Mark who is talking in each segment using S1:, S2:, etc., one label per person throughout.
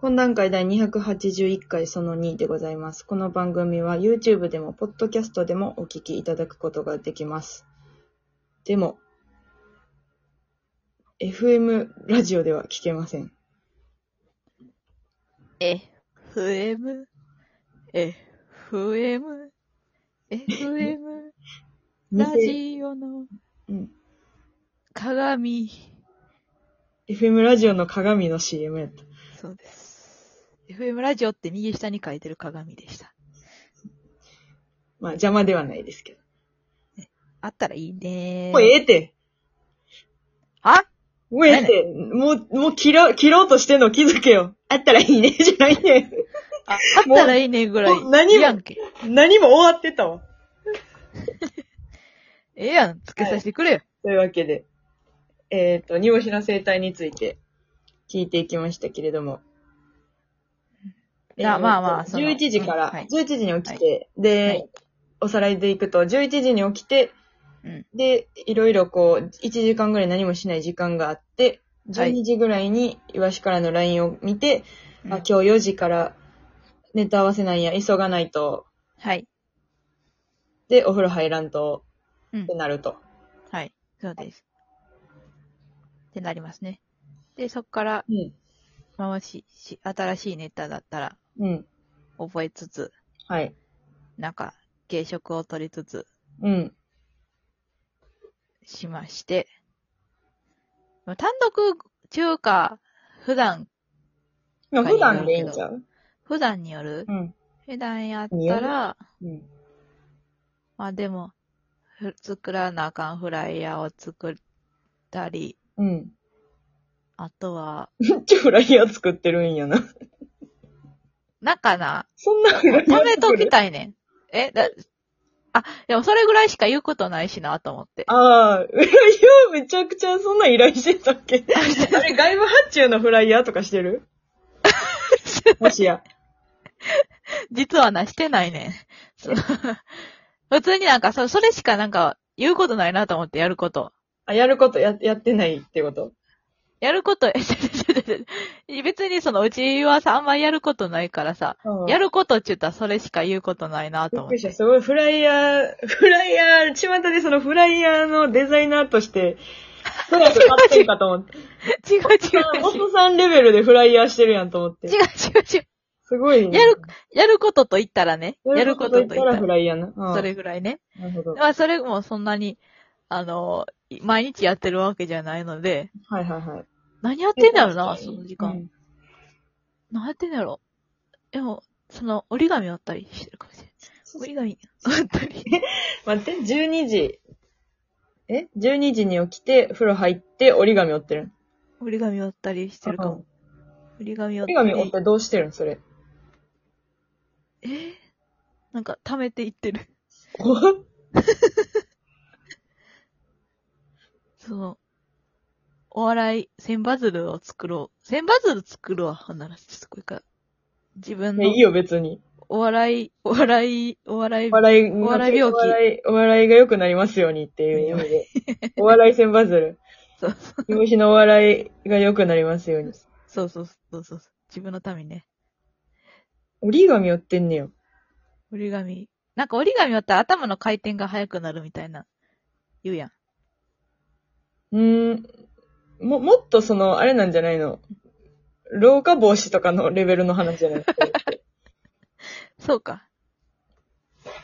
S1: 懇談会第二百八十一回その二でございます。この番組は YouTube でも、ポッドキャストでもお聞きいただくことができます。でも、FM ラジオでは聞けません。
S2: FM、FM、FM、ラジオの
S1: うん。
S2: 鏡。
S1: FM ラジオの鏡の CM やった。
S2: そうです。FM ラジオって右下に書いてる鏡でした。
S1: まあ邪魔ではないですけど。
S2: あったらいいね
S1: もうええって。
S2: あ
S1: もうええって。もう、もう切ろう、切ろうとしてんの気づけよ。あったらいいね、じゃないね。
S2: ああったらいいねぐら
S1: も。
S2: いう
S1: 何も
S2: いいやんけ。
S1: 何も終わってたわ。
S2: ええやん。つけさせてくれよ。
S1: というわけで、えっ、と、煮干しの生態について聞いていきましたけれども。
S2: いやまあまあ
S1: えーと
S2: その
S1: 11時か
S2: うんは
S1: ら
S2: い、
S1: 11時に起きて、で、
S2: はい
S1: おさらいでいくと、11時に起きて、
S2: うん
S1: で、いろいろこう、1時間ぐらい何もしない時間があって、
S2: はい
S1: 12時ぐらいに、イワシからの LINE を見て、
S2: うん
S1: あ今日4時からネタ合わせなんや、急がないと、
S2: はい。
S1: で、お風呂入らんと、
S2: うん
S1: ってなると。
S2: はい。そうです。ってなりますね。で、そっから、
S1: うん。
S2: まあもし、し新しいネタだったら
S1: うん。
S2: 覚えつつ、
S1: はい。
S2: なんか、軽食を取りつつ、
S1: うん。
S2: しまして、単独中華、普段、
S1: まあ
S2: 他
S1: 普
S2: にいろいろ
S1: 段でいいんちゃう
S2: 普段による
S1: うん。
S2: 普段やっ
S1: によ
S2: た
S1: る
S2: ら、
S1: うん。
S2: まあでも、ふ作らなあかんフライヤーを作ったり、
S1: うん。
S2: あとは、
S1: めっちゃフライヤー作ってるんやな。
S2: なんかな、
S1: そんなフライヤー
S2: 食べと
S1: 作
S2: き
S1: る。
S2: たいねん。え、だ、あ、でもそれぐらいしか言うことないしなと思って。
S1: ああ、フライヤー めちゃくちゃそんな依頼してたっ けあれ、外部発注のフライヤーとかしてるもしや。
S2: 実はな、してないねん。そう普通になんかそ、それしかなんか言うことないなと思ってやること。
S1: あ、やることや、やってないってこと
S2: やること、別にそのうちはさ、あんまりやることないからさ、や
S1: る
S2: ることって言ったらそれしか言うことないな
S1: び
S2: と
S1: っ
S2: 思っ。
S1: くりしてた。すごい、フライヤー、 フライヤー、巷でそのフライヤーのデザイナーと して、そうやって買ってんかと思って。
S2: 違う違う違
S1: モ
S2: う。
S1: スさんレベルでフライヤーしてるやんと思って。
S2: 違う違う違う。
S1: すごいね。
S2: やる、やることと言ったらね、や
S1: や
S2: る
S1: る
S2: こ
S1: こと
S2: と
S1: 言
S2: と
S1: った
S2: 言っ
S1: ら
S2: た
S1: フ
S2: ら、
S1: ライヤーな。うん
S2: それぐらいね。
S1: なるほど。
S2: まあそれもそんなに、あの、毎日やってるわけじゃないので、
S1: はいはいはい。
S2: 何やってんだろうな、その時
S1: う
S2: 間。
S1: ん
S2: 何やってんだろう。でも、その折り紙あったりしてるかもしれない。折り紙、あったり。
S1: 待って、12時。え ?12 時に起きて、風呂入って折り紙折ってるん
S2: 折り紙あったりしてるかも。折り紙あっ
S1: 折
S2: た
S1: り
S2: り。
S1: 紙折ってどうしてるんそ れ。
S2: えーなんか、溜めていってる。
S1: 怖っ
S2: その、お笑い、千羽鶴を作ろう。千羽鶴作るわ。ほんなら、ちょっとこれから。自分
S1: いや
S2: の
S1: いいよ、別に。
S2: お笑い、お笑い、お笑い、
S1: お笑い、
S2: お笑い病気
S1: お笑い、お笑いが良くなりますようにっていう意味 で。お笑い千バズル。
S2: そうそう
S1: 煮干しのお笑いが良くなりますように。
S2: そうそうそうそう。自分のためにね。
S1: 折り紙折ってんねよ。
S2: 折り紙。なんか折り紙だったら頭の回転が速くなるみたいな、言うやん。
S1: うーん。も、もっとその、あれなんじゃないの老化防止とかのレベルの話じゃない
S2: そうか。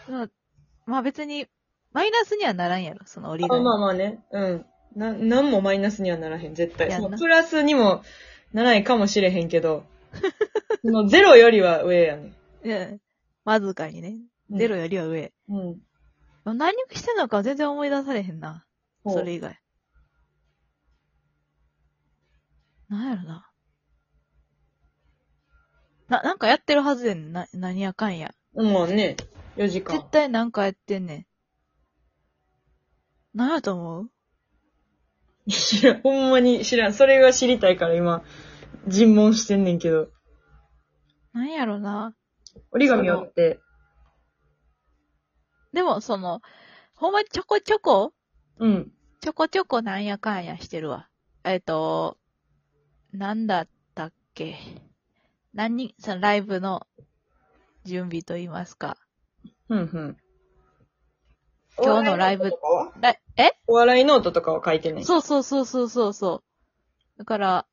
S2: まあ、まあ別に、マイナスにはならんやろ、その 折り
S1: あ
S2: 紙。
S1: まあまあね。うん。な、なんもマイナスにはならへん、絶対。
S2: やん
S1: そ
S2: な
S1: のプラスにもならないかもしれへんけ ど、そのゼロよりは上やね。
S2: うん。わずかにね。
S1: うん
S2: ゼロ。よりは上。
S1: うん。
S2: 何してんのか全然思い出されへんな。それ以外。なんやろな。な、なんかやってるはずやねん。な、何やかんや。
S1: うん。まあね、4時間
S2: 絶。対なんかやってんねん。なんやと思う
S1: 知らん。ほんまに知らん。それが知りたいから今、尋問してんねんけど。
S2: なんやろな。
S1: 折り紙をって、
S2: でも、その、ほんまちょこちょこ、
S1: うん。
S2: ちょこちょこなんやかんやしてるわ。えっ、と、なんだったっけ。何人、そのライブの準備と言いますか。
S1: うんうん。
S2: 今日のライブ
S1: お笑いノートとかは
S2: ライえ
S1: お笑いノートとかは書いてない。
S2: そうそうそうそうそうそう。だから、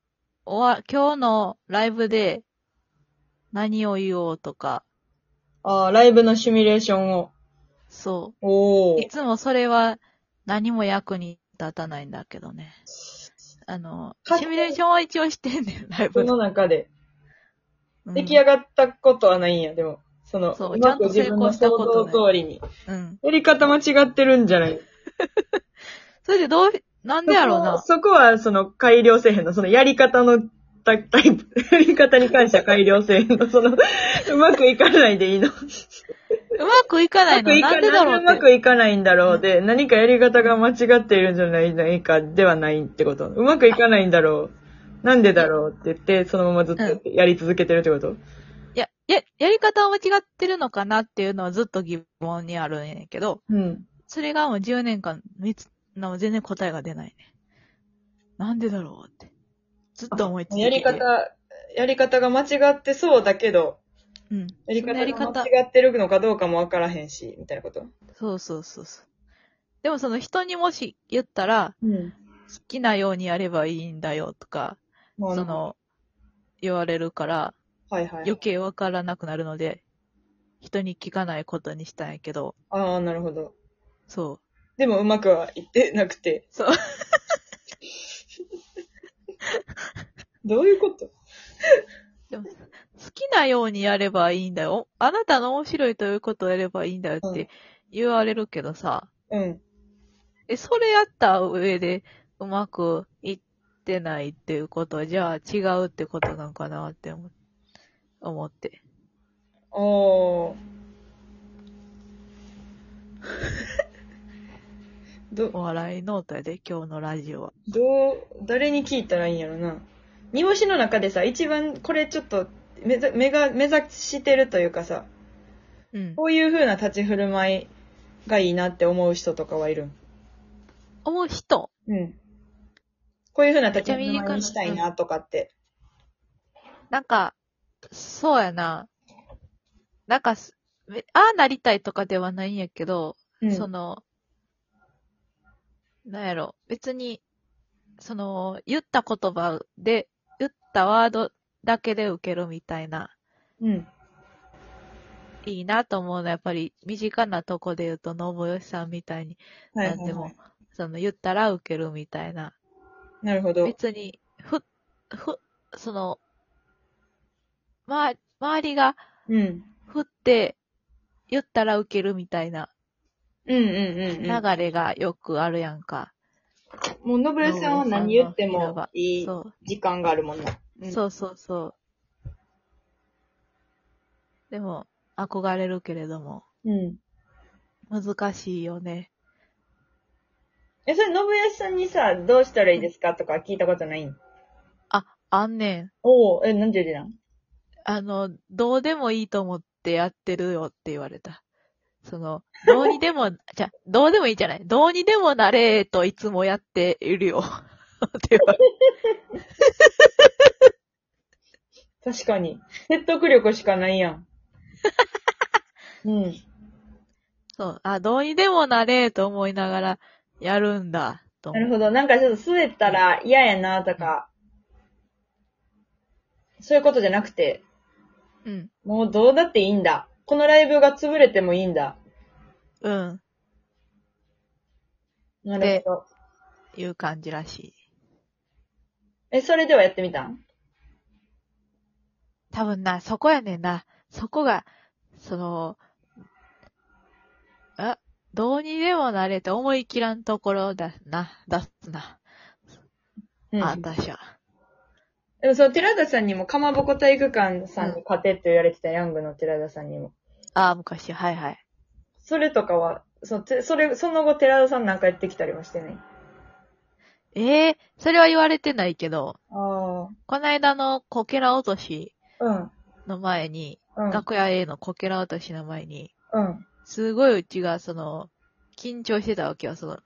S2: おわ、今日のライブで何を言おうとか、
S1: ああ、ライブのシミュレーションを。
S2: そ
S1: お
S2: う。
S1: お。
S2: いつもそれは何も役に立たないんだけどね。あの、
S1: はい
S2: シミュレーションは一応してんねん、ライ
S1: そ
S2: ブ
S1: の
S2: の。
S1: 中で。
S2: うん
S1: 出来上がったことはないんや、でも。その、
S2: そう
S1: うまく自分の想像通りに。
S2: うん。
S1: やり方間違ってるんじゃない
S2: それでどう、なんでやろうな。
S1: そこは、その、改良せえへんの。その、やり方のタタイプ、やり方に関しては改良せえへんの。その、うまくいかないでいいの。う
S2: うまくいかない
S1: ま
S2: の。
S1: くい
S2: な
S1: か
S2: んで
S1: な
S2: だろ
S1: い、
S2: う
S1: う
S2: っ
S1: ま
S2: て。
S1: くいかないんだろうで、何かやり方が間違っているんじゃないかではないってこと。うまくいかないんだろう。なんでだろうって言って、そのままずっとやり続けてるってこと、
S2: いや、や、やり方を間違ってるのかなっていうのはずっと疑問にあるんやけど、
S1: うん。
S2: それがもう10年間、見つ、な全然答えが出ないね。なんでだろうって。ずっと思い続けて。
S1: やり方、やり方が間違ってそうだけど、
S2: うん。
S1: やり
S2: その
S1: 方
S2: やり方
S1: が。間違ってるのかどうかもわからへんし、みたいなこと。
S2: そうそうそうそう。でもその人にもし言ったら、
S1: うん。
S2: 好きなようにやればいいんだよとか、
S1: まあ、
S2: その、言われるから、
S1: はいはい。
S2: 余計わからなくなるので、人に聞かないことにしたんやけど、
S1: ああ、なるほど。
S2: そう。
S1: でもうまくはいってなくて。
S2: そう。
S1: どういうこと
S2: 好きなようにやればいいんだよ。あなたの面白いということをやればいいんだよって言われるけどさ、
S1: うん。
S2: え、それやった上でうまくいってないっていうことは、じゃあ違うってことなんかなって思思って。
S1: ああ。ど、
S2: お笑いノートやで、今日のラジオは。
S1: どう、誰に聞いたらいいんやろな。煮干しの中でさ、一番これちょっと目ざ、目が、目指してるというかさ、
S2: うん。
S1: こういう風な立ち振る舞いがいいなって思う人とかはいるん
S2: 思う人
S1: うん。こういう風な立ち振る舞いにしたいなとかって。
S2: なんか、そうやな。なんかす、めああなりたいとかではないんやけど、
S1: うん。
S2: その、なんやろ、別に、その、言った言葉で、言ったワードだけで受けるみたいな、
S1: うん。
S2: いいなと思うのは、やっぱり、身近なとこで言うと、信吉さんみたいに、
S1: はいはい、
S2: なんで
S1: は
S2: も
S1: い。、
S2: その、言ったら受けるみたいな。
S1: なるほど。
S2: 別に、ふ、ふ、その、ま、周りが、
S1: うん。
S2: 振って、言ったら受けるみたいな
S1: うんうんうん、
S2: 流
S1: うん。
S2: れがよくあるやんか。
S1: もう、ノブレさんは何言ってもいい
S2: そう。
S1: 時間があるもんな。うん
S2: そうそうそう。でも、憧れるけれども、
S1: うん。
S2: 難しいよね。
S1: え、それ、ノブレさんにさ、どうしたらいいですかとか聞いたことないん
S2: あ、あんねん。
S1: おおえ、なんて言うてたん
S2: あの、どうでもいいと思ってやってるよって言われた。その、どうにでも、 じゃ、どうでもいいじゃない。どうにでもなれといつもやっているよ。 って言われた
S1: 確かに。説得力しかないや ん。うん。
S2: そう。あ、どうにでもなれと思いながらやるんだ。と
S1: な
S2: 思
S1: る
S2: う
S1: ほど。なんかちょっと滑ったら嫌やなとか、そういうことじゃなくて、
S2: うん。
S1: もうどうだっていいんだ。このライブが潰れてもいいんだ。
S2: うん。
S1: なるほど。
S2: いう感じらしい。
S1: え、それではやってみたん
S2: 多分な、そこやねんな。そこが、その、あ、どうにでもなれと思い切らんところだな、だっな。
S1: うん。
S2: あ、私は。
S1: でもその寺田さんにも、かまぼこ体育館さんに勝てって言われてた、ヤングの寺田さんにも。
S2: あ、昔、はいはい。
S1: それとかは、そのてそれ、その後寺田さんなんかやってきたりもしてね。
S2: ええそれは言われてないけど、
S1: あ
S2: こないだのこけら落とし
S1: あ。うん。
S2: の前に、
S1: うん。
S2: 楽屋 A のこけら落としの前に、
S1: うん。
S2: すごいうちが、その、緊張してたわけよ、その、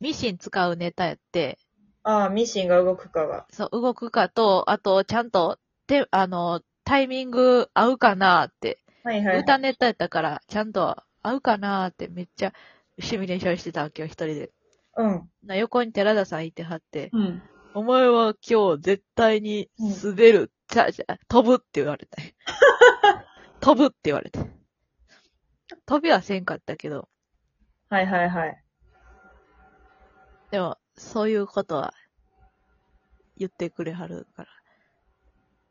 S2: ミシン使うネタやって、
S1: ああ、ミシンが動くかが。
S2: そう、動くかと、あと、ちゃんと、手、あの、タイミング合うかなって、
S1: はいはい。
S2: 歌ネタやったから、ちゃんと合うかなってめっちゃシミュレーションしてたわけよ、一人で。
S1: うん。
S2: な横に寺田さんいてはって、
S1: うん。
S2: お前は今日絶対に滑る、ちゃちゃ、飛ぶって言われて。飛ぶって言われて。飛びはせんかったけど、
S1: はいはいはい。
S2: でも、そういうことは言ってくれはるから。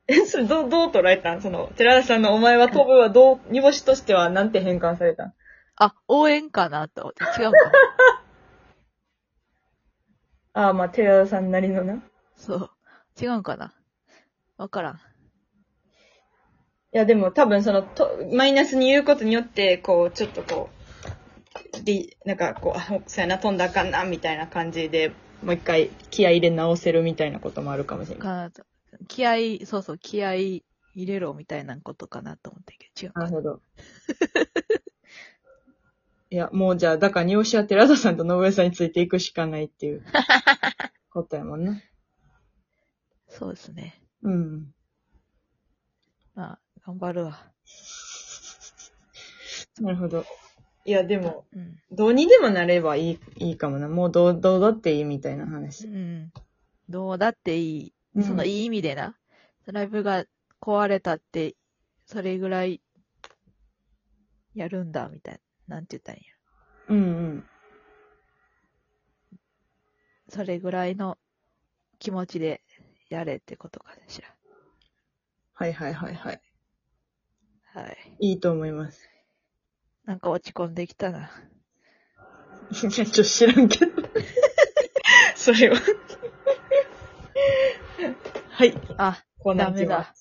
S1: え、それどう、どう捉えたんその、寺田さんのお前は飛ぶはどう、煮干しとしてはなんて変換されたん
S2: あ、応援かなと思って。違うかな。
S1: ああ、まあ、寺田さんなりのな。い
S2: そう。違うんかなわからん。
S1: や、でも多分その、と、マイナスに言うことによって、こう、ちょっとこう、で、なんかこう、あ、そうやな、飛んだらあかんな、みたいな感じで、もう一回気合い入れ直せるみたいなこともあるかもしれない。
S2: かなと。気合、そうそう、気合入れろみたいなことかなと思ってけど、違う
S1: なるほど。 いや、もうじゃあ、だから、煮干しは寺田さんと信江さんについていくしかない っていうことやもんな。
S2: そうですね。
S1: うん。
S2: まあ、頑張るわ。
S1: なるほど。いや、でも、
S2: うん。
S1: どうにでもなればいい、いいかもな。もうどう、どうだっていいみたいな
S2: う
S1: 話。
S2: ん。どうだっていい。その
S1: うん
S2: いい意味でな。ライブが壊れたって、それぐらい、やるんだ、みたいな。なんて言ったんや。
S1: うんうん。
S2: それぐらいの気持ちでやれってことかし
S1: はいはいはいはい。
S2: ら。はい。
S1: いいと思います。
S2: なんか落ち込んできたな。
S1: いや、ちょっと知らんけど。 それは。はい。
S2: あ、
S1: こんな
S2: ダ
S1: ん
S2: メ
S1: き
S2: だ
S1: は。。